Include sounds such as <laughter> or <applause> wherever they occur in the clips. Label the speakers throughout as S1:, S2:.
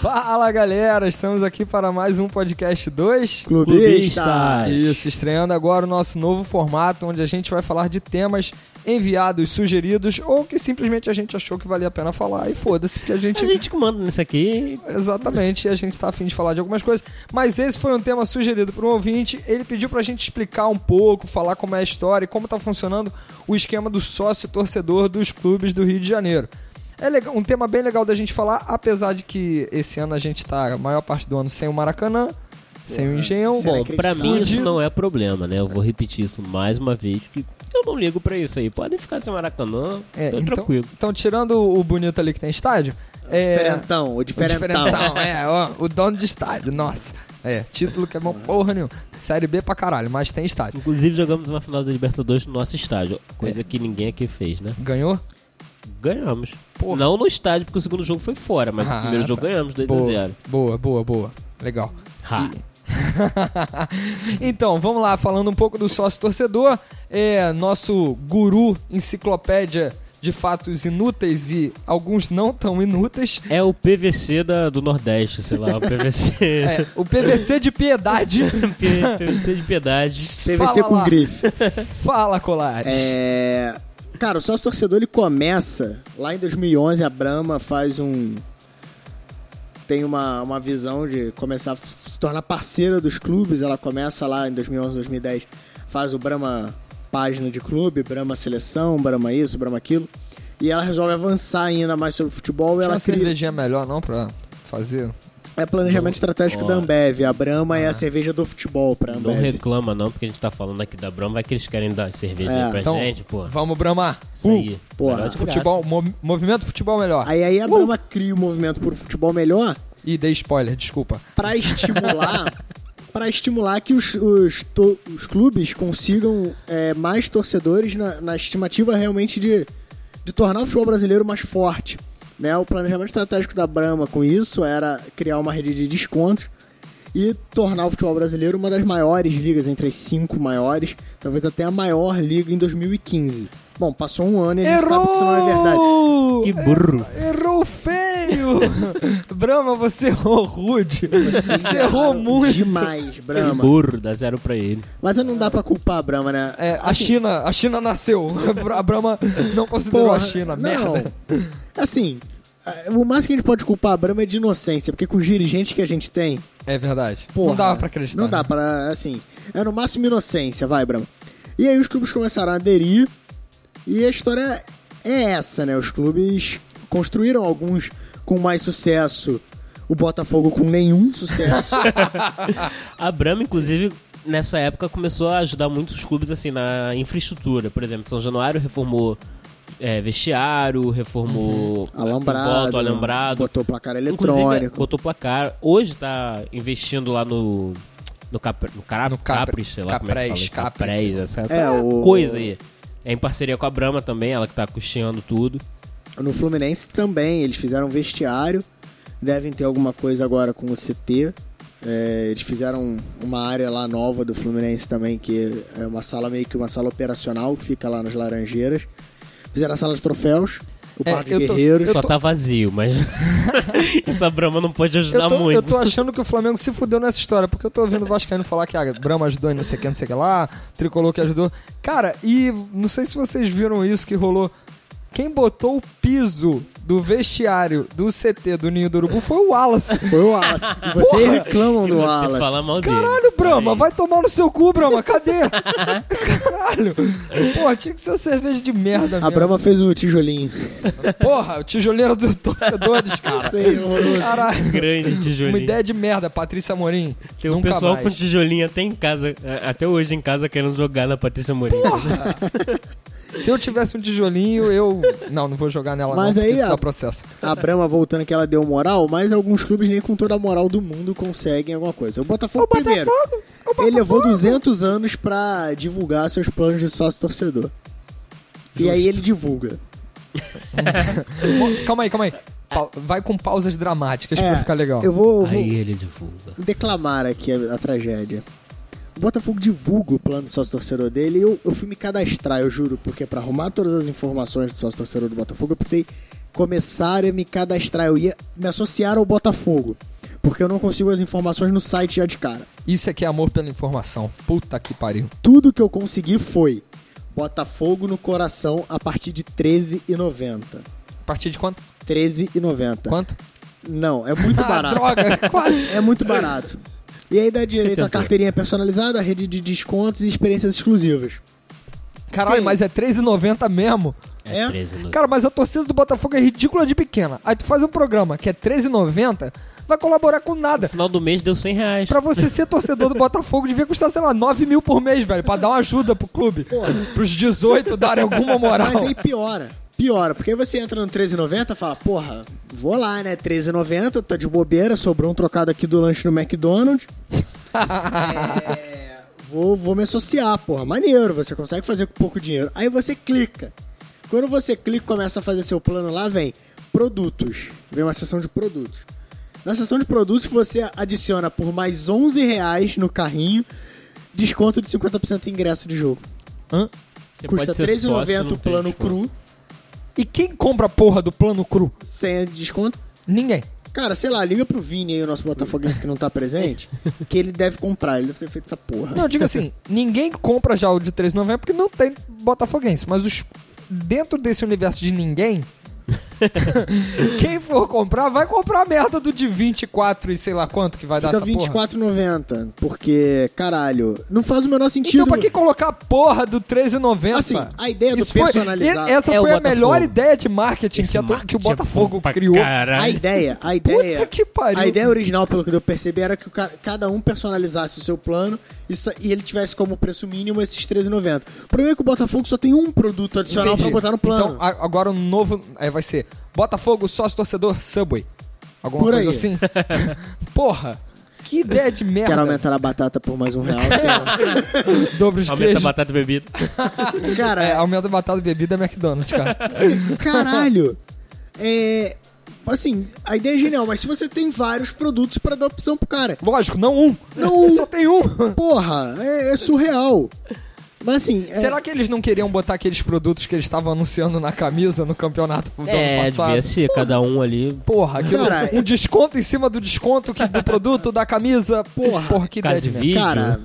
S1: Fala galera, estamos aqui para mais um podcast 2
S2: Clubistas.
S1: Isso, estreando agora o nosso novo formato onde a gente vai falar de temas enviados, sugeridos ou que simplesmente a gente achou que valia a pena falar e foda-se, porque a gente.
S2: A gente que manda nisso aqui.
S1: Exatamente, a gente tá afim de falar de algumas coisas, mas esse foi um tema sugerido por um ouvinte. Ele pediu pra gente explicar um pouco, falar como é a história e como tá funcionando o esquema do sócio torcedor dos clubes do Rio de Janeiro. É legal, um tema bem legal da gente falar, apesar de que esse ano a gente tá a maior parte do ano sem o Maracanã, sem o Engenhão.
S2: Bom,
S1: Bom,
S2: É. Então, pra mim isso
S1: Fudido.
S2: não é problema, né? Eu vou repetir isso mais uma vez, que eu não ligo pra isso aí. Podem ficar sem Maracanã,
S1: é,
S2: tô
S1: então,
S2: tranquilo.
S1: então, tirando o bonito ali que tem estádio, é,
S3: Diferentão, o
S1: O
S3: diferentão.
S1: diferentão, é, ó, o dono de estádio, nossa. É, título que é bom porra nenhuma. Série B pra caralho, mas tem estádio.
S2: Inclusive jogamos uma final da Libertadores no nosso estádio,
S1: É.
S2: coisa que ninguém aqui fez, né?
S1: Ganhou?
S2: Ganhamos.
S1: Porra.
S2: Não no estádio, porque o segundo jogo foi fora, mas
S1: Ah,
S2: o primeiro jogo
S1: tá.
S2: ganhamos, 2 a
S1: Boa,
S2: 0
S1: boa, boa, boa. Legal. <laughs>
S2: Ha.
S1: então, vamos lá, falando um pouco do sócio torcedor, é nosso guru enciclopédia de fatos inúteis e alguns não tão inúteis.
S2: É o PVC da- do Nordeste, sei lá, o PVC.
S1: <laughs> É, o
S2: <laughs>
S1: PVC de piedade.
S2: PVC de piedade.
S3: PVC
S1: Fala
S3: com
S1: lá.
S3: grife.
S1: Fala, Colares.
S3: <laughs> É... Cara, o sócio torcedor ele começa lá em 2011. A Brahma faz um. Tem uma, uma visão de começar a f- se tornar parceira dos clubes. Ela começa lá em 2011, 2010. Faz o Brahma página de clube, Brahma seleção, Brahma isso, Brahma aquilo. E ela resolve avançar ainda mais sobre o futebol. e
S1: Tinha
S3: ela
S1: uma
S3: cria...
S1: cervejinha melhor não pra fazer?
S3: É planejamento estratégico da Ambev. A Brahma é a cerveja do futebol pra
S2: Não
S3: Ambev.
S2: reclama não, porque a gente tá falando aqui da Brahma, vai que eles querem dar cerveja
S3: É,
S2: pra
S1: então,
S2: gente, pô.
S1: Vamos bramar. Uh.
S2: Isso aí.
S3: porra.
S2: Melhor de graça.
S1: Futebol, mo- movimento futebol melhor.
S3: Aí, aí a Brahma cria o movimento por futebol melhor
S1: Ih, dei spoiler, desculpa.
S3: pra
S1: <laughs>
S3: estimular para estimular que os, os, to- os clubes consigam é, mais torcedores na, na estimativa realmente de, de tornar o futebol brasileiro mais forte. Né? O planejamento estratégico da Brahma com isso era criar uma rede de descontos e tornar o futebol brasileiro uma das maiores ligas, entre as cinco maiores, talvez até a maior liga em 2015. Bom, passou um ano e a gente sabe que isso não é verdade.
S2: Que burro.
S1: Errou
S3: <laughs>
S1: feio! Brahma, você errou rude. Você, errou <laughs> muito.
S3: Demais,
S2: Que
S3: Brahma.
S2: burro, dá zero pra ele.
S3: Mas não dá pra culpar a Brahma, né?
S1: É, a China, a China nasceu. <laughs> A Brahma não considerou
S3: Porra,
S1: a China,
S3: não.
S1: merda.
S3: Assim, eh, o máximo que a gente pode culpar a Brahma é de inocência, porque com os dirigentes que a gente tem,
S1: É verdade.
S3: porra,
S1: não dava pra acreditar.
S3: Não dá
S1: né?
S3: pra, assim, é no máximo inocência, vai, Brahma. E aí os clubes começaram a aderir, e a história é essa, né? Os clubes construíram alguns com mais sucesso, o Botafogo com
S2: <laughs>
S3: nenhum sucesso.
S2: A Brahma, inclusive, nessa época começou a ajudar muito os clubes assim na infraestrutura. Por exemplo, São Januário reformou é, vestiário, reformou
S3: Uhum. alambrado,
S2: volta, alambrado.
S3: botou placar
S2: Inclusive,
S3: eletrônico.
S2: botou placar. Hoje tá investindo lá no. No, cap, no, Cara-
S1: No Capri-
S2: Capris, sei lá como é
S1: Caprés,
S2: que fala.
S1: Capris, sei lá.
S2: essa,
S3: É,
S2: essa
S3: o-
S2: coisa aí. É em parceria com a Brahma também, ela que tá custeando tudo.
S3: No Fluminense também, eles fizeram um vestiário, devem ter alguma coisa agora com o CT. É, eles fizeram uma área lá nova do Fluminense também, que é uma sala meio que uma sala operacional, que fica lá nas Laranjeiras. Fizeram a sala de troféus, o
S1: É,
S3: Parque
S1: eu tô-
S3: Guerreiros.
S1: eu
S2: Só tá vazio, mas. <laughs> Isso a Brahma não pode ajudar
S1: Eu tô,
S2: muito.
S1: eu tô achando que o Flamengo se fudeu nessa história, porque eu tô ouvindo o Vascaíno falar que a Brahma ajudou e não sei o que, não sei o que lá, Tricolor que ajudou. Cara, e não sei se vocês viram isso que rolou. Quem botou o piso do vestiário do CT do Ninho do Urubu foi o Wallace.
S3: Foi o Alas. E vocês reclamam do
S2: Você fala
S3: Alas.
S2: mal dele.
S1: Caralho, Brahma,
S2: Aí.
S1: vai tomar no seu cu, Brahma, cadê? Caralho. Porra, tinha que ser uma cerveja de merda
S3: A
S1: mesmo.
S3: Ah, Brahma fez o tijolinho.
S1: Porra, o tijoleiro dos
S3: <laughs>
S1: torcedores, cara.
S3: Sei, horroroso.
S1: Caralho.
S2: É Grande tijolinho.
S1: Uma ideia de merda, Patrícia Morim.
S2: Tem um
S1: Nunca
S2: pessoal
S1: mais.
S2: com tijolinho até em casa, a- até hoje em casa, querendo jogar na Patrícia Morim.
S1: Se eu tivesse um tijolinho, eu. Não, não vou jogar nela,
S3: Mas
S1: não, porque
S3: aí,
S1: isso
S3: ó.
S1: dá processo.
S3: A Brahma voltando que ela deu moral, mas alguns clubes nem com toda a moral do mundo conseguem alguma coisa. O Botafogo, primeiro. Ele levou 200 anos pra divulgar seus planos de sócio torcedor. E aí ele divulga.
S1: Bom, Calma aí, calma aí. Pau- Vai com pausas dramáticas pra ficar legal.
S3: É, Eu vou, eu vou
S2: Aí ele divulga.
S3: declamar aqui a, a tragédia. O Botafogo divulga o plano de sócio torcedor dele e eu, eu fui me cadastrar, eu juro, porque pra arrumar todas as informações do sócio torcedor do Botafogo, eu precisei começar a me cadastrar, eu ia me associar ao Botafogo. porque eu não consigo as informações no site já de cara.
S1: Isso aqui é amor pela informação. Puta que pariu.
S3: Tudo que eu consegui foi Botafogo no coração a partir de 13,90.
S1: A partir de quanto?
S3: 13,90.
S1: Quanto?
S3: Não, é muito barato. <laughs>
S1: droga! quase.
S3: É muito barato. E aí dá direito
S2: Você
S3: à
S2: tentou.
S3: carteirinha é personalizada, à rede de descontos e experiências exclusivas.
S1: Caralho,
S3: Tem.
S1: mas é 3,90 mesmo.
S2: É,
S3: É?
S2: 13 no...
S1: Cara, mas a torcida do Botafogo é ridícula de pequena. Aí tu faz um programa que é 13,90, vai colaborar com nada.
S2: No final do mês deu 100 reais.
S1: Pra você ser torcedor do Botafogo, devia custar, sei lá, 9 mil por mês, velho, pra dar uma ajuda pro clube. Pros 18 darem alguma moral.
S3: Mas aí piora. Piora, porque aí você entra no 13,90 e fala, porra, vou lá, né? 13,90, tá de bobeira, sobrou um trocado aqui do lanche no McDonald's. É, vou, vou me associar, porra. Maneiro, você consegue fazer com pouco dinheiro. Aí você clica. Quando você clica e começa a fazer seu plano lá, vem produtos. Vem uma seção de produtos. Na seção de produtos, você adiciona por mais 11 reais no carrinho, desconto de 50% em ingresso de jogo.
S1: Hã?
S2: Você
S3: Custa
S2: pode ser sócio, não
S3: R$3,90 o
S2: tem
S3: plano
S2: desconto.
S3: cru,
S1: E quem compra a porra do plano cru?
S3: sem desconto.
S1: Ninguém.
S3: Cara, sei lá, liga pro Vini aí, o nosso botafoguense que não
S1: <laughs>
S3: tá presente, que ele deve comprar, ele deve ter feito essa porra.
S1: Não, eu digo
S3: <laughs>
S1: assim, ninguém compra já o de 3,90 porque não tem botafoguense, mas os dentro desse universo de
S3: <laughs>
S1: ninguém, quem for comprar vai comprar a merda do de 24 e sei lá quanto que vai dar
S3: Fica
S1: essa porra.
S3: R$24,90, porque, caralho, não faz o menor sentido.
S1: Então pra que colocar a porra do 13,90?
S3: Assim, a ideia do
S1: Isso foi-
S3: personalizado-
S1: e- essa
S2: É o
S1: foi a
S2: Botafogo.
S1: melhor ideia de marketing que, a- que o
S2: marketing é
S1: Botafogo
S2: bom pra
S1: criou.
S3: A
S2: Caralho.
S3: ideia, a ideia.
S1: que pariu.
S3: A ideia original, pelo que eu percebi, era que o ca- cada um personalizasse o seu plano e, sa- e ele tivesse como preço mínimo esses R$13,90. O problema é que o Botafogo só tem um produto adicional
S1: Entendi.
S3: pra botar no plano.
S1: Então a- agora o novo é, vai ser Botafogo sócio torcedor Subway. Alguma
S3: Por
S1: coisa
S3: aí.
S1: assim. <laughs> porra. Que ideia de merda. É,
S3: Quero aumentar a batata por mais
S1: <laughs>
S3: um real. sei lá.
S1: Dobro de
S2: Aumenta a
S1: queijo.
S2: batata bebida.
S3: Cara,
S1: É, aumenta a batata e bebida é McDonald's, cara.
S3: <laughs> Caralho! É. Assim, a ideia é genial, mas se você tem vários produtos pra dar opção pro cara.
S1: Lógico, não um.
S3: Não um.
S1: Só tem um.
S3: Porra, é, é surreal. Mas assim. É,
S1: Será que eles não queriam botar aqueles produtos que eles estavam anunciando na camisa no campeonato do ano
S2: É,
S1: passado?
S2: devia ser, cada um ali.
S1: Porra, aquilo,
S3: Cara,
S1: um desconto em cima do desconto que, do produto, da camisa. Porra,
S3: Porra.
S1: porra que
S2: Cara
S1: ideia
S2: de
S1: de merda.
S2: vídeo.
S3: Cara,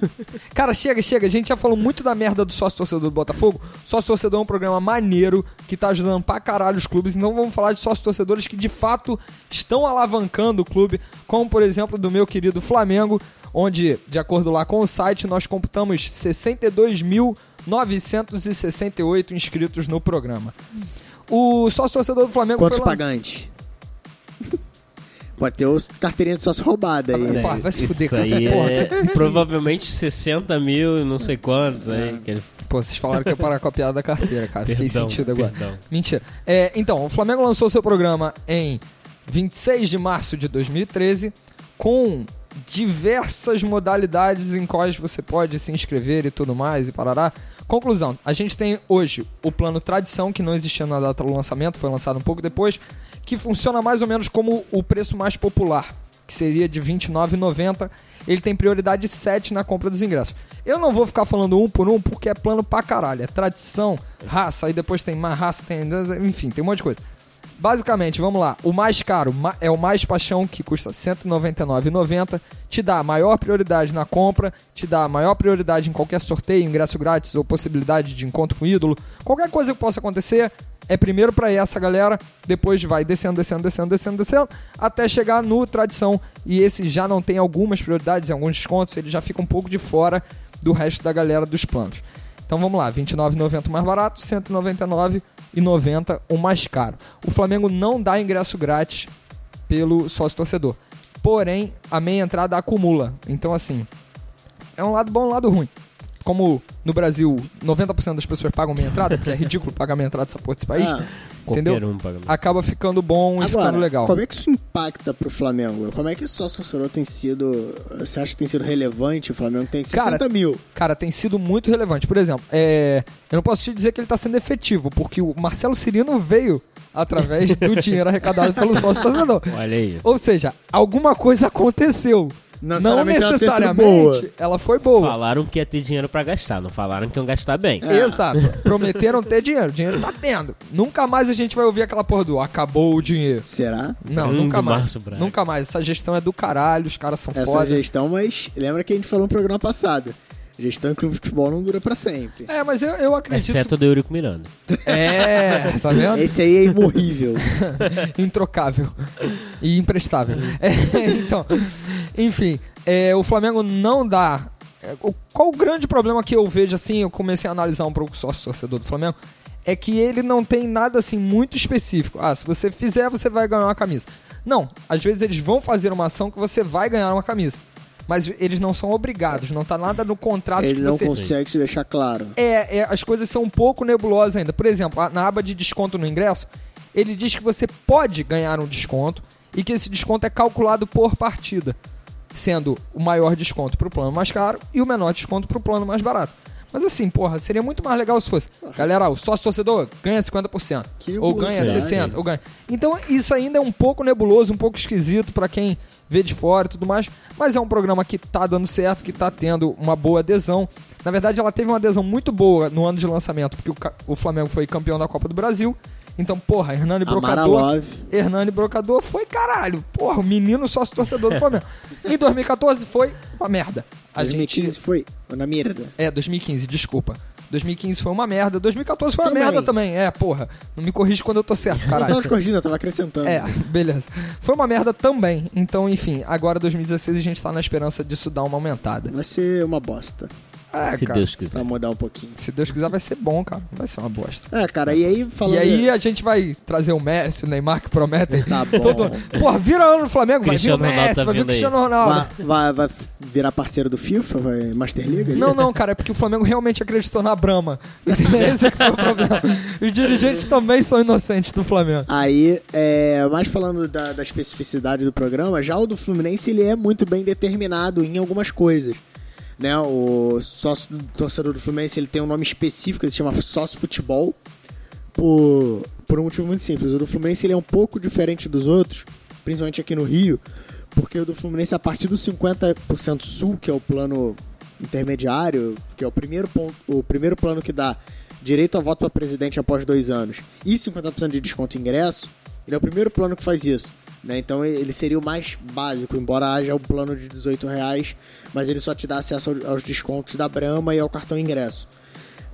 S1: Cara, chega, chega. A gente já falou muito da merda do sócio torcedor do Botafogo. Sócio torcedor é um programa maneiro que tá ajudando pra caralho os clubes. Então vamos falar de sócios torcedores que de fato estão alavancando o clube, como por exemplo do meu querido Flamengo, onde, de acordo lá com o site, nós computamos 62.968 inscritos no programa. O sócio torcedor do Flamengo
S3: quantos
S1: foi lançado-
S3: pagantes? Pode ter os carteirinha de sócio roubada aí.
S1: É, pá, vai se fuder, cara.
S2: né,
S3: <laughs>
S2: Isso aí
S1: Porra.
S2: é provavelmente 60 mil e não sei quantos aí. que ele-
S1: Pô, vocês falaram que ia parar com a piada da carteira, cara. Fiquei
S2: Perdão,
S1: sentido agora.
S2: perdão.
S1: Mentira. É, então, o Flamengo lançou seu programa em 26 de março de 2013 com diversas modalidades em quais você pode se inscrever e tudo mais e parará. Conclusão, a gente tem hoje o plano tradição, que não existia na data do lançamento, foi lançado um pouco depois, que funciona mais ou menos como o preço mais popular que seria de R$29,90. Ele tem prioridade 7 na compra dos ingressos. Eu não vou ficar falando um por um porque é plano pra caralho. É tradição, raça, aí depois tem mais raça, tem. Enfim, tem um monte de coisa. Basicamente, vamos lá. O mais caro ma- é o mais paixão, que custa R$ 199,90. Te dá a maior prioridade na compra, te dá a maior prioridade em qualquer sorteio, ingresso grátis ou possibilidade de encontro com ídolo. Qualquer coisa que possa acontecer, é primeiro pra essa galera, depois vai descendo, descendo, descendo, descendo, descendo, até chegar no tradição. E esse já não tem algumas prioridades, alguns descontos, ele já fica um pouco de fora do resto da galera dos planos. Então vamos lá, R$ 29,90 o mais barato, R$ 199,90 o mais caro. O Flamengo não dá ingresso grátis pelo sócio torcedor. Porém, a meia entrada acumula. Então assim, é um lado bom, um lado ruim. Como no Brasil 90% das pessoas pagam meia entrada, porque é ridículo <laughs> pagar meia entrada dessa porra desse país,
S3: Ah,
S2: Qualquer
S1: entendeu?
S2: um paga.
S1: Acaba ficando bom e ficando
S3: agora,
S1: um legal.
S3: como é que isso impacta pro Flamengo? Como é que esse sócio torcedor tem sido. Você acha que tem sido relevante? O Flamengo tem 60
S1: Cara,
S3: mil.
S1: Cara, tem sido muito relevante. Por exemplo, é, eu não posso te dizer que ele está sendo efetivo, porque o Marcelo Cirino veio
S3: <laughs>
S1: através do dinheiro arrecadado pelo sócio torcedor.
S2: Olha aí.
S1: Ou seja, alguma coisa aconteceu. Não necessariamente ela foi boa.
S2: Falaram que ia ter dinheiro pra gastar, não falaram que iam gastar bem.
S3: É,
S1: Exato. Prometeram ter dinheiro. Dinheiro tá tendo. Nunca mais a gente vai ouvir aquela porra do acabou o dinheiro.
S3: Será?
S1: Não,
S2: Grande
S1: nunca mais.
S2: Márcio Hum, Braga.
S1: Nunca mais. Essa gestão é do caralho, os caras são
S3: Essa é
S1: foda.
S3: gestão, mas lembra que a gente falou no programa passado. Gestão em clube de futebol não dura pra sempre.
S1: É, mas eu, eu acredito.
S2: Exceto o do Eurico Miranda.
S1: É, tá
S3: <laughs>
S1: vendo?
S3: Esse aí é
S1: <laughs>
S3: imorrível.
S1: Introcável e imprestável. É, então, enfim, é, o Flamengo não dá. é, o- Qual o grande problema que eu vejo assim? Eu comecei a analisar um pouco o sócio torcedor do Flamengo. É que ele não tem nada assim muito específico. Ah, se você fizer, você vai ganhar uma camisa. Não, às vezes eles vão fazer uma ação que você vai ganhar uma camisa. Mas eles não são obrigados, não tá nada no contrato
S3: Ele
S1: que
S3: não
S1: você
S3: consegue te deixar claro.
S1: é, é, as coisas são um pouco nebulosas ainda. Por exemplo, a- na aba de desconto no ingresso, ele diz que você pode ganhar um desconto e que esse desconto é calculado por partida, sendo o maior desconto pro plano mais caro e o menor desconto pro plano mais barato. Mas assim, porra, seria muito mais legal se fosse. Galera, o sócio torcedor ganha 50%.
S3: Que
S1: ou ganha
S3: nebulosidade.
S1: 60%, ou ganha. Então isso ainda é um pouco nebuloso, um pouco esquisito pra quem vê de fora e tudo mais, mas é um programa que tá dando certo, que tá tendo uma boa adesão. Na verdade, ela teve uma adesão muito boa no ano de lançamento, porque o, ca- o Flamengo foi campeão da Copa do Brasil. Então, porra, Hernani Brocador,
S3: Amaralove.
S1: Hernani Brocador foi caralho. Porra, o menino sócio torcedor do Flamengo. em 2014 foi uma merda. A gente
S3: 2015 foi na merda.
S1: é, 2015, desculpa. 2015 foi uma merda, 2014 foi uma
S3: Também.
S1: merda também. É, porra. Não me corrija quando eu tô certo,
S3: Não
S1: caralho.
S3: tava te corrigindo, eu tava acrescentando.
S1: É, beleza. Foi uma merda também. Então, enfim, agora 2016 a gente tá na esperança disso dar uma aumentada.
S3: Vai ser uma bosta.
S1: É,
S2: se
S1: cara.
S2: Deus quiser.
S3: Pra mudar um pouquinho.
S1: Se Deus quiser, vai ser bom, cara. Vai ser uma bosta.
S3: É, cara, e aí falando.
S1: e aí a gente vai trazer o Messi, o Neymar que prometem.
S3: Tá bom.
S1: <laughs> Todo... Porra, vira ano no Flamengo, vai vir o
S2: Cristiano Ronaldo
S1: Messi,
S2: tá
S1: vai vir o
S2: vindo aí.
S1: Cristiano Ronaldo.
S3: Vai, vai- vai virar parceiro do FIFA? Vai Master League?
S1: Não, não, cara, é porque o Flamengo realmente acreditou na Brahma. <laughs> Esse é que foi o problema. Os dirigentes também são inocentes do Flamengo.
S3: Aí, é, mais falando da, da especificidade do programa, já o do Fluminense ele é muito bem determinado em algumas coisas. Né? O sócio do torcedor do Fluminense ele tem um nome específico, ele se chama sócio futebol, por, por um motivo muito simples. O do Fluminense ele é um pouco diferente dos outros, principalmente aqui no Rio, porque o do Fluminense, a partir dos 50% sul, que é o plano intermediário, que é o primeiro, ponto, o primeiro plano que dá direito a voto para presidente após dois anos, e 50% de desconto em ingresso, ele é o primeiro plano que faz isso. Né? Então ele seria o mais básico, embora haja um plano de 18 reais, mas ele só te dá acesso ao- aos descontos da Brahma e ao cartão ingresso.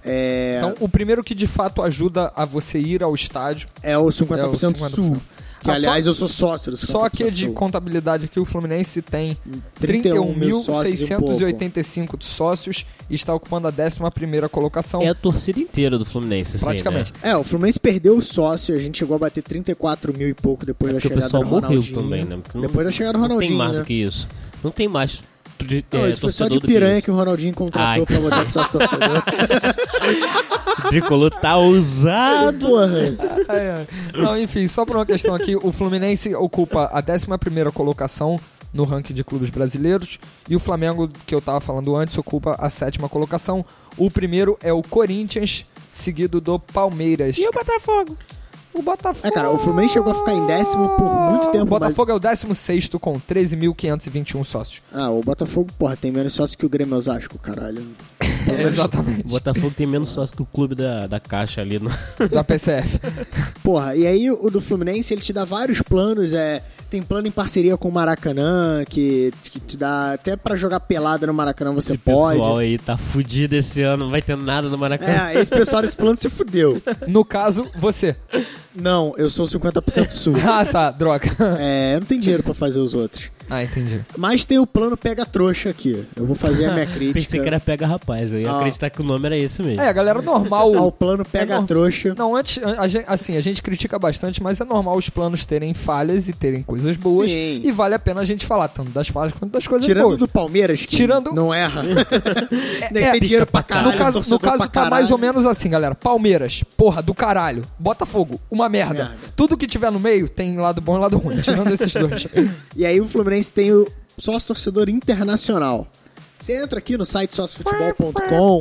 S3: É,
S1: Então, o primeiro que de fato ajuda a você ir ao estádio,
S3: é o 50%,
S1: É o 50%.
S3: sul. Que,
S1: Ah, só-
S3: aliás, eu sou sócio do 50%
S1: só que é de
S3: sul.
S1: contabilidade aqui, o Fluminense tem
S3: 31.685.
S1: 31.685 sócios e está ocupando a 11
S3: então-
S1: colocação,
S2: É
S1: <laughs>
S2: a torcida inteira do Fluminense, assim,
S1: praticamente.
S2: né?
S3: É, o Fluminense perdeu o sócio, a gente chegou a bater 34 mil e pouco depois da
S2: É Porque o
S3: chegada
S2: pessoal
S3: do
S2: morreu
S3: Ronaldinho.
S2: também, né? Porque não-
S3: Depois da chegada do
S2: Não tem
S3: Ronaldinho,
S2: mais
S3: né?
S2: do que isso. Não tem mais tri-
S3: Não,
S2: é,
S3: isso foi só de
S2: torcedor do
S3: piranha que,
S2: que
S3: o Ronaldinho contratou
S2: Ai.
S3: pra botar
S2: <laughs>
S3: de sócio tá torcedor.
S2: isso. O tricolor
S3: <laughs>
S2: tá ousado.
S3: Porra.
S1: Ai, ai. Não, enfim, só por uma questão aqui, o Fluminense ocupa a 11 colocação no ranking de clubes brasileiros e o Flamengo, que eu tava falando antes, ocupa a sétima colocação. O primeiro é o Corinthians, seguido do Palmeiras.
S2: o Botafogo?
S1: O Botafogo.
S3: É, cara, o Fluminense chegou a ficar em décimo por muito tempo.
S1: O Botafogo é o 16 com 13.521 sócios.
S3: mas- Ah, o Botafogo, porra, tem menos sócio que o Grêmio Osasco, caralho.
S1: Exatamente.
S2: O Botafogo tem menos sócio que o clube da, da
S1: <laughs>
S2: Caixa ali. No...
S1: Da PCF.
S3: Porra, e aí o do Fluminense, ele te dá vários planos, é, tem plano em parceria com o Maracanã, que, que te dá até pra jogar pelada no Maracanã você
S2: Esse
S3: pode.
S2: pessoal aí tá fudido esse ano, não vai ter nada no Maracanã.
S3: É, esse pessoal desse plano
S2: <laughs>
S3: se fudeu.
S1: No caso, você. <laughs>
S3: Não, eu sou 50% sul.
S1: Ah, tá, droga.
S3: É, eu não tem dinheiro pra fazer os outros.
S1: Ah, entendi.
S3: Mas tem o plano pega trouxa aqui. Eu vou fazer
S1: <laughs>
S3: a minha
S2: Pensei que
S3: crítica
S2: era Pega Rapaz, eu ia
S3: Ah.
S2: acreditar que o nome era esse mesmo.
S1: É, a galera normal.
S3: ao plano pega
S1: não.
S3: trouxa.
S1: É Não, antes, a gen- assim, a gente critica bastante, mas é normal os planos terem falhas e terem coisas boas.
S3: Sim.
S1: E vale a pena a gente falar tanto das falhas quanto das coisas
S3: Tirando
S1: boas.
S3: do Palmeiras, que
S1: é Tirando-
S3: não erra. Deve
S1: <laughs> é,
S3: ter né, dinheiro pra caralho.
S1: no caso, no
S3: torcedor
S1: caso
S3: pra
S1: tá mais
S3: caralho.
S1: ou menos assim, galera. Palmeiras, porra, do caralho. Botafogo, uma merda.
S3: Merda.
S1: Tudo que tiver no meio tem lado bom e lado ruim, tirando esses
S3: <laughs>
S1: dois.
S3: E aí o Fluminense tem o sócio torcedor internacional. Você entra aqui no site sóciofutebol.com.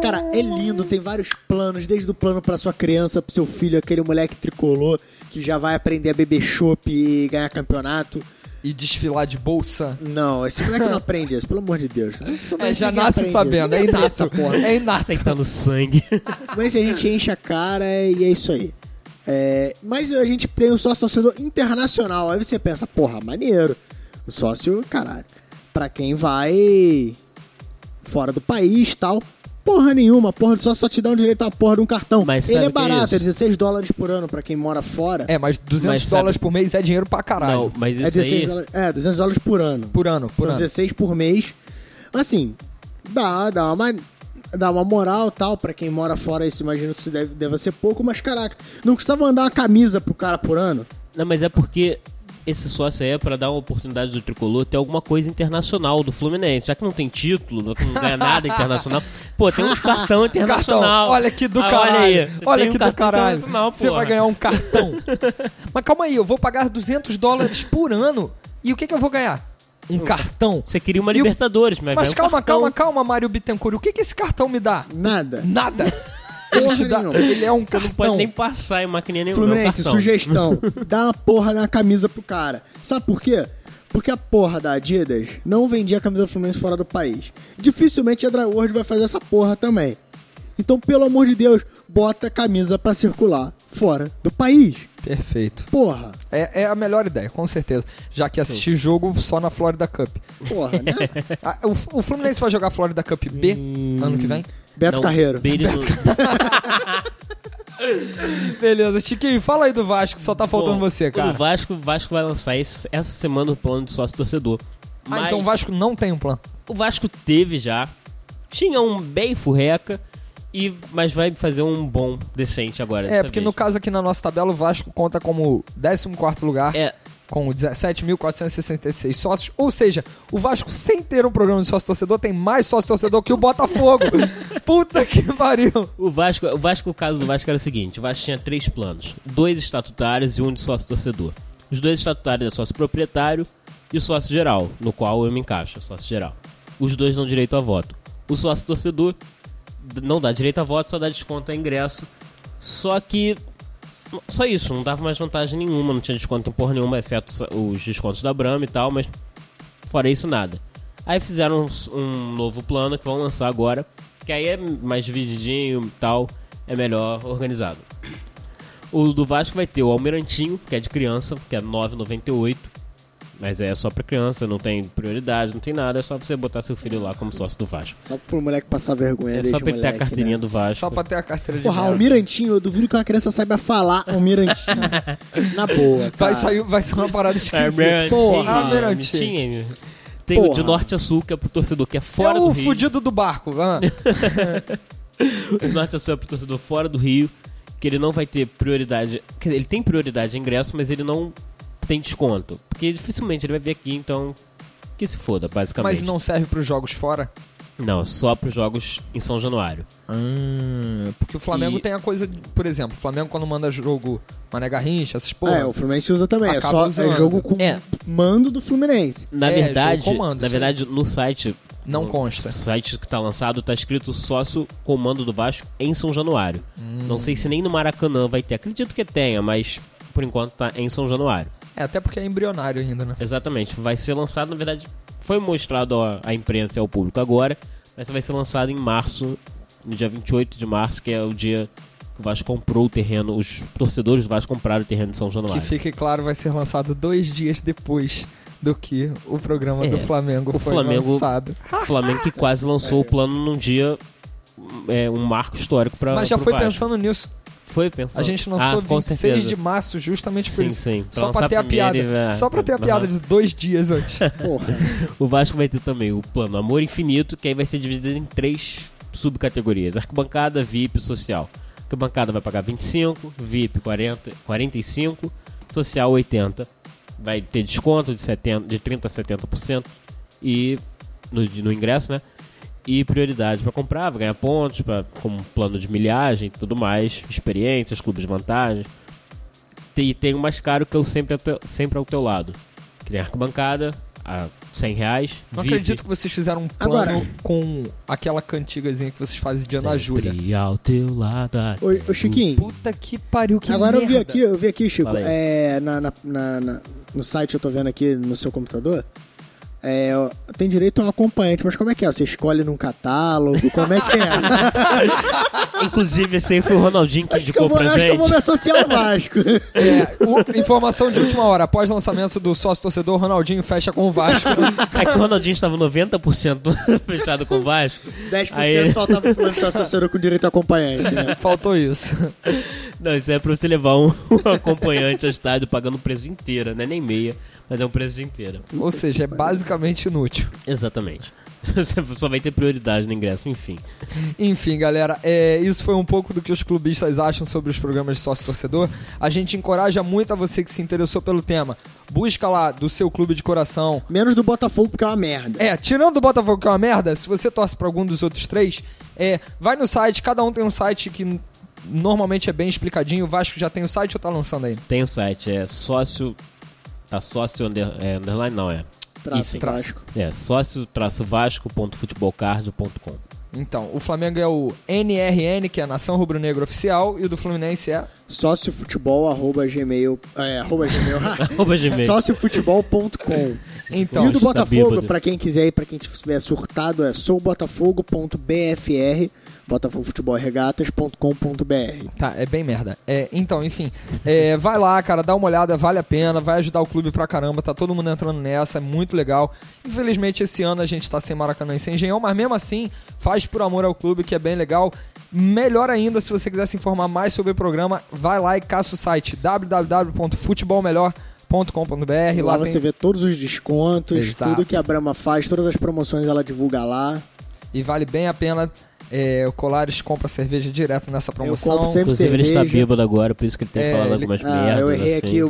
S3: Cara, é lindo, tem vários planos, desde o plano pra sua criança, pro seu filho, aquele moleque tricolor que já vai aprender a beber chopp e ganhar campeonato.
S1: e desfilar de bolsa.
S3: Não, esse moleque não aprende isso, pelo amor de Deus.
S1: É,
S3: Mas
S1: já
S3: ninguém aprende
S1: nasce
S3: isso,
S1: sabendo, é
S3: ninguém aprende
S1: inato.
S3: essa porra.
S2: <laughs>
S1: É inato.
S2: Sei que tá
S1: <laughs>
S2: no sangue.
S3: Mas a gente enche a cara e é isso aí. É, mas a gente tem o sócio torcedor internacional. Aí você pensa, porra, maneiro. O sócio, caralho. Pra quem vai fora do país tal. Porra nenhuma, porra do sócio só te dá um direito a porra de um cartão.
S2: Mas
S3: Ele
S2: sabe
S3: é
S2: o que é
S3: barato,
S2: isso?
S3: é, 16 dólares por ano pra quem mora fora.
S1: É, mas 200
S2: Mas sabe-
S1: dólares por mês é dinheiro pra caralho.
S2: Não, mas
S3: É
S2: isso
S3: 16
S2: aí...
S3: dólares, é, 200 dólares por ano.
S1: Por ano, por
S3: São
S1: ano.
S3: 16 por mês. Mas assim, dá, dá uma, dá uma moral tal. Pra quem mora fora, isso imagino que isso deve, deve ser pouco. Mas caraca, não custava mandar uma camisa pro cara por ano?
S2: Não, mas é porque esse sócio aí é pra dar uma oportunidade do Tricolor ter alguma coisa internacional do Fluminense. Já que não tem título, não- que não ganha
S1: <laughs>
S2: nada internacional, pô, tem um cartão
S1: Cartão,
S2: internacional.
S1: olha que do
S2: Ah,
S1: caralho.
S2: Olha,
S1: Olha,
S2: aí,
S1: que
S2: você tem um
S1: do
S2: cartão
S1: caralho.
S2: internacional,
S1: Você vai
S2: porra.
S1: ganhar um
S2: <laughs>
S1: cartão. mas calma aí, eu vou pagar 200 dólares por ano. E o que, que eu vou ganhar? Um cartão.
S2: Você queria uma
S1: E o-
S2: Libertadores, mas
S1: Mas
S2: vai um
S1: calma,
S2: cartão.
S1: calma, calma, Mário Bittencourt. O que, que esse cartão me dá?
S3: Nada. <laughs>
S1: Nada. Ele, te dá-
S3: nenhuma.
S1: ele é um cartão.
S2: Não pode nem passar em máquina nenhuma.
S3: Fluminense,
S2: é um cartão.
S3: sugestão. dá uma porra na camisa pro cara. Sabe por quê? Porque a porra da Adidas não vendia a camisa do Fluminense fora do país. Dificilmente a Dry World vai fazer essa porra também. Então, pelo amor de Deus, bota a camisa pra circular fora do país.
S1: Perfeito.
S3: Porra.
S1: É, é a melhor ideia, com certeza. Já que assistir jogo só na Florida
S2: <laughs>
S1: Cup.
S3: Porra, né?
S1: Ah, o, o Fluminense vai jogar Florida Cup B
S3: Hum.
S1: ano que vem?
S3: Beto
S2: Não,
S3: Carreiro.
S2: beijo
S1: É
S2: no-
S1: Beleza, Chiquinho, fala aí do Vasco, só tá faltando
S2: Bom,
S1: você,
S2: O
S1: cara.
S2: Vasco, o Vasco vai lançar esse- essa semana o plano de sócio torcedor.
S1: Ah,
S2: Mas
S1: então o Vasco não tem um plano.
S2: o Vasco teve já. Tinha um bem furreca, e, mas vai fazer um bom decente agora.
S1: É,
S2: dessa
S1: porque
S2: vez.
S1: no caso aqui na nossa tabela, o Vasco conta como 14 lugar,
S2: É,
S1: com 17.466 sócios. Ou seja, o Vasco, sem ter um programa de sócio-torcedor, tem mais sócio-torcedor que o
S2: <laughs>
S1: Botafogo. Puta que pariu.
S2: O Vasco, o Vasco, o caso do Vasco era o seguinte: o Vasco tinha três planos: dois estatutários e um de sócio torcedor. Os dois estatutários é sócio proprietário e o sócio geral, no qual eu me encaixo, sócio geral. Os dois dão direito a voto. O sócio torcedor d- não dá direito a voto, só dá desconto a ingresso. Só que só isso, não dava mais vantagem nenhuma, não tinha desconto em porra nenhuma, exceto sa- os descontos da Brahma e tal, mas fora isso nada. Aí fizeram um, s- um novo plano que vão lançar agora, que aí é mais divididinho e tal, é melhor organizado. O do Vasco vai ter o Almirantinho, que é de criança, que é 9,98. Mas é só pra criança, não tem prioridade, não tem nada, é só você botar seu filho lá como sócio do Vasco.
S3: Só pro moleque passar vergonha
S2: É
S3: desse
S2: só pra ele ter a
S3: moleque,
S2: carteirinha
S3: né?
S2: do Vasco.
S1: Só pra ter a carteira de
S3: Porra,
S1: merda.
S3: Almirantinho, eu duvido que uma criança saiba falar Almirantinho.
S2: <laughs>
S3: Na boa, cara.
S1: Vai sair, vai ser uma parada
S2: É,
S1: esquisita.
S2: Almirantinho.
S3: Porra.
S1: Almirantinho.
S2: Almirantinho. Tem o de
S3: Porra.
S2: norte a sul, que é pro torcedor que é
S1: É
S2: fora do
S1: o
S2: Rio.
S1: fudido do barco. ah.
S2: O Norte a Sul é pro torcedor fora do Rio, que ele não vai ter prioridade. Quer dizer, ele tem prioridade em ingresso, mas ele não tem desconto. Porque dificilmente ele vai vir aqui, então. Que se foda, basicamente.
S1: Mas não serve pros jogos fora?
S2: Não, só pros jogos em São Januário.
S1: Porque o Flamengo
S2: Ah, E-
S1: tem a coisa, de- por exemplo, o Flamengo quando manda jogo Mané Garrincha, essas
S3: Ah,
S1: porra.
S3: É, o Fluminense usa também. É
S1: Acaba
S3: só
S1: usando.
S3: é jogo com
S2: É.
S3: mando do Fluminense.
S2: Na
S1: É,
S2: verdade,
S1: jogo comando,
S2: na
S1: isso aí.
S2: verdade, no site.
S1: Não
S2: no
S1: consta.
S2: site que tá lançado, tá escrito sócio comando do Vasco em São Januário.
S1: Hum.
S2: Não sei se nem no Maracanã vai ter. Acredito que tenha, mas por enquanto tá em São Januário.
S1: É, até porque é embrionário ainda, né?
S2: Exatamente. Vai ser lançado, na verdade, foi mostrado à, à imprensa e ao público agora, mas vai ser lançado em março, no dia 28 de março, que é o dia que o Vasco comprou o terreno, os torcedores do Vasco compraram o terreno de São Januário.
S1: Que fique claro, vai ser lançado dois dias depois do que o programa
S2: É,
S1: do Flamengo
S2: o
S1: foi
S2: Flamengo-
S1: lançado.
S2: O Flamengo que quase lançou o plano num dia, é, um marco histórico para
S1: Mas já
S2: pro
S1: foi
S2: Vasco.
S1: pensando nisso.
S2: Foi pensando.
S1: A gente lançou
S2: ah, com
S1: 26
S2: certeza.
S1: de março justamente por
S2: Sim,
S1: isso.
S2: sim. Pra
S1: Só pra
S2: lançar
S1: ter a
S2: primeiro
S1: piada.
S2: e vai-
S1: Só pra ter a
S2: Aham.
S1: piada de dois dias
S2: <laughs>
S1: antes.
S3: Porra.
S2: O Vasco vai ter também o plano Amor Infinito, que aí vai ser dividido em três subcategorias: arquibancada, VIP e social. Arquibancada vai pagar 25, VIP 40, 45, social 80. Vai ter desconto de, 70, de 30% a 70% e no, de- no ingresso, né? E prioridade pra comprar, vai ganhar pontos, pra, como plano de milhagem e tudo mais, experiências, clubes de vantagem. E tem o mais caro que é o sempre, ao teu- sempre ao teu lado. Que tem arquibancada, a 100 reais.
S1: Não
S2: VIP,
S1: acredito que vocês fizeram um plano
S3: Agora-
S1: com aquela cantigazinha que vocês fazem de Ana Júlia.
S2: sempre ao teu lado. até
S3: Ô, ô, Chiquinho,
S1: Puta que pariu, que
S3: Agora eu vi
S1: merda.
S3: aqui, eu vi aqui, Chico.
S2: Fala aí.
S3: É, na, na- na- na- no site eu tô vendo aqui no seu computador. é, ó, tem direito a um acompanhante, mas como é que é? Você escolhe num catálogo? Como é que
S2: <laughs>
S3: é?
S2: o- Inclusive, esse aí foi o Ronaldinho que
S3: acho, que eu
S2: indicou
S3: vou,
S2: pra
S3: acho que eu vou me
S2: gente.
S3: associar ao
S2: <laughs>
S3: Vasco.
S1: É, o- informação de última hora. Após o lançamento do sócio-torcedor, Ronaldinho fecha com o
S2: <laughs>
S1: Vasco.
S2: É que o Ronaldinho estava 90% <laughs> fechado com o Vasco.
S3: 10%
S2: Aí ele-
S3: faltava pro seu assessor com direito a acompanhante, né?
S1: Faltou isso.
S2: Não, isso é pra você levar um, <laughs> um acompanhante ao estádio pagando o preço inteiro, né? Nem meia, mas é um preço inteiro.
S1: Ou seja, é basicamente inútil.
S2: Exatamente. Você <laughs> só vai ter prioridade no ingresso, enfim.
S1: Enfim, galera, é, isso foi um pouco do que os clubistas acham sobre os programas de sócio-torcedor. A gente encoraja muito a você que se interessou pelo tema. Busca lá do seu clube de coração.
S3: Menos do Botafogo, porque é uma merda.
S1: É, tirando o Botafogo que é uma merda, se você torce pra algum dos outros três, é, vai no site, cada um tem um site que n- normalmente é bem explicadinho. O Vasco já tem o site ou tá lançando aí?
S2: Tem o site, é sócio. Tá sócio under- é, underline, não, é.
S3: Traço,
S2: Enfim.
S3: Vasco.
S2: É, sócio-vasco.futebolcard.com.
S1: Então, o Flamengo é o NRN, que é a Nação Rubro-Negra Oficial, e o do Fluminense é
S3: Sóciofutebol, arroba gmail. É, arroba gmail.
S2: <laughs> Arroba
S3: É
S2: gmail.
S3: Sociofutebol.com.
S1: Então,
S3: e o do
S2: tá
S3: Botafogo,
S2: bêbado.
S3: pra quem quiser e pra quem tiver surtado, é soubotafogo.bfr, botafogofutebolregatas.com.br.
S1: Tá, é bem merda. É, então, enfim, é, vai lá, cara, dá uma olhada, vale a pena, vai ajudar o clube pra caramba, tá todo mundo entrando nessa, é muito legal. Infelizmente, esse ano a gente tá sem Maracanã e sem Engenhão, mas mesmo assim, faz por amor ao clube, que é bem legal. Melhor ainda, se você quiser se informar mais sobre o programa, vai lá e caça o site www.futebolmelhor.com.br.
S3: Lá
S1: Lá
S3: você
S1: tem...
S3: vê todos os descontos,
S1: Exato.
S3: tudo que a Brahma faz, todas as promoções ela divulga lá.
S1: E vale bem a pena. É, o Colares compra cerveja direto nessa promoção.
S3: Eu compro sempre
S2: Inclusive, ele está
S3: cerveja.
S2: bêbado agora, por isso que ele tem
S1: É,
S2: falado
S1: ele-
S2: algumas
S3: Ah,
S2: merdas.
S3: eu errei
S2: assim.
S3: aqui, o,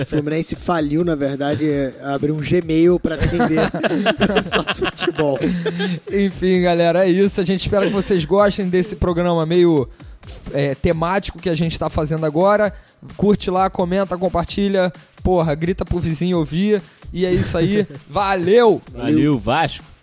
S3: o Fluminense faliu, na verdade, abriu um Gmail
S2: <laughs>
S3: pra atender <laughs> sócio futebol.
S1: Enfim, galera, é isso. A gente espera que vocês gostem desse programa meio é, temático que a gente tá fazendo agora. Curte lá, comenta, compartilha. Porra, grita pro vizinho ouvir. E é isso aí. Valeu!
S2: Valeu, Vasco.